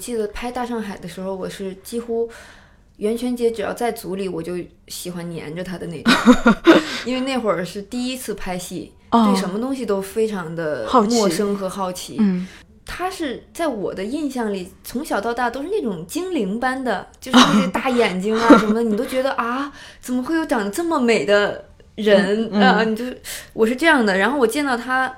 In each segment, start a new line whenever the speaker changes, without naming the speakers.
记得拍《大上海》的时候，我是几乎袁泉姐只要在组里，我就喜欢黏着她的 那种，因为那会儿是第一次拍戏，对什
哦，
么东西都非常的
好奇
陌生和好奇。
嗯，
她是在我的印象里，从小到大都是那种精灵般 的，就是那些大眼睛啊什么的，你都觉得啊，怎么会有长得这么美的人
嗯嗯
啊？你就我是这样的，然后我见到她。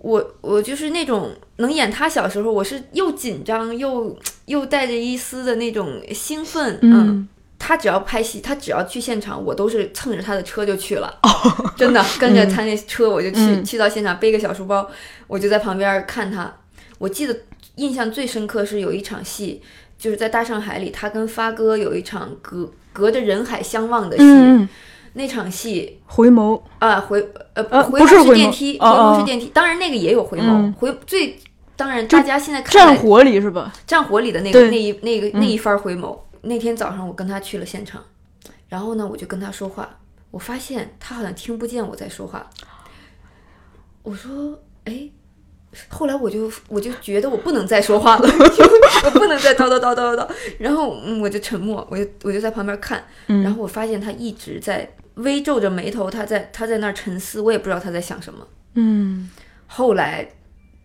我我就是那种能演她小时候，我是又紧张又又带着一丝的那种兴奋，嗯，
嗯，
他只要拍戏，他只要去现场，我都是蹭着他的车就去了， 真的跟着他那车我就去、
哦嗯
去到现场，背个小书包，我就在旁边看他。我记得印象最深刻是有一场戏，就是在大上海里，他跟发哥有一场隔隔着人海相望的戏，
嗯嗯，
那场戏
回眸，
啊回呃、
呃
回
不是
是
回眸
电梯，回
哦哦
眸是电梯，当然那个也有回眸，
嗯
回最当然
就
大家现在看
战
来
火里是吧？
战火里的那个
对
那一那个
嗯
那一番回眸。那天早上我跟他去了现场，然后呢，我就跟他说话，我发现他好像听不见我在说话。我说，哎，后来我就我就觉得我不能再说 话了，我不能再叨叨叨叨叨。然后嗯我就沉默，我就我就在旁边看，
嗯
然后我发现他一直在微皱着眉头，他在他在那儿沉思，我也不知道他在想什么。
嗯
后来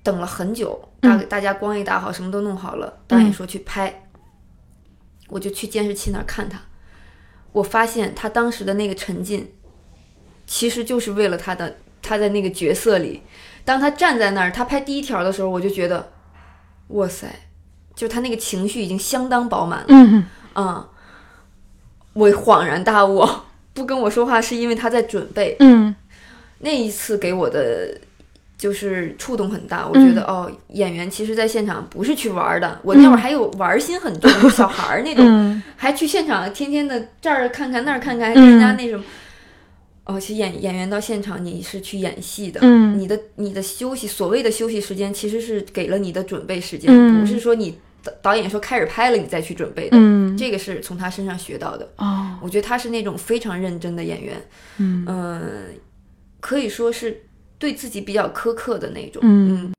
等了很久，大
嗯
大家光一打好，什么都弄好了，导演说去拍，我就去监视器那儿看他。我发现他当时的那个沉浸，其实就是为了他的他在那个角色里，当他站在那儿，他拍第一条的时候，我就觉得，哇塞，就他那个情绪已经相当饱满了。
嗯
嗯，我恍然大悟，不跟我说话是因为他在准备，
嗯
那一次给我的就是触动很大，我觉得、
嗯
哦，演员其实在现场不是去玩儿的，我那会儿还有玩心很重，就小孩儿那种，
嗯
还去现场天天的这儿看看那儿看看，还跟人家那什么。哦，其实演演员到现场，你是去演戏的，
嗯
你的你的休息，所谓的休息时间，其实是给了你的准备时间，
嗯
不是说你导导演说开始拍了你再去准备的，
嗯，
这个是从他身上学到的。
哦，
我觉得他是那种非常认真的演员，
嗯
呃嗯，可以说是对自己比较苛刻的那种。
嗯。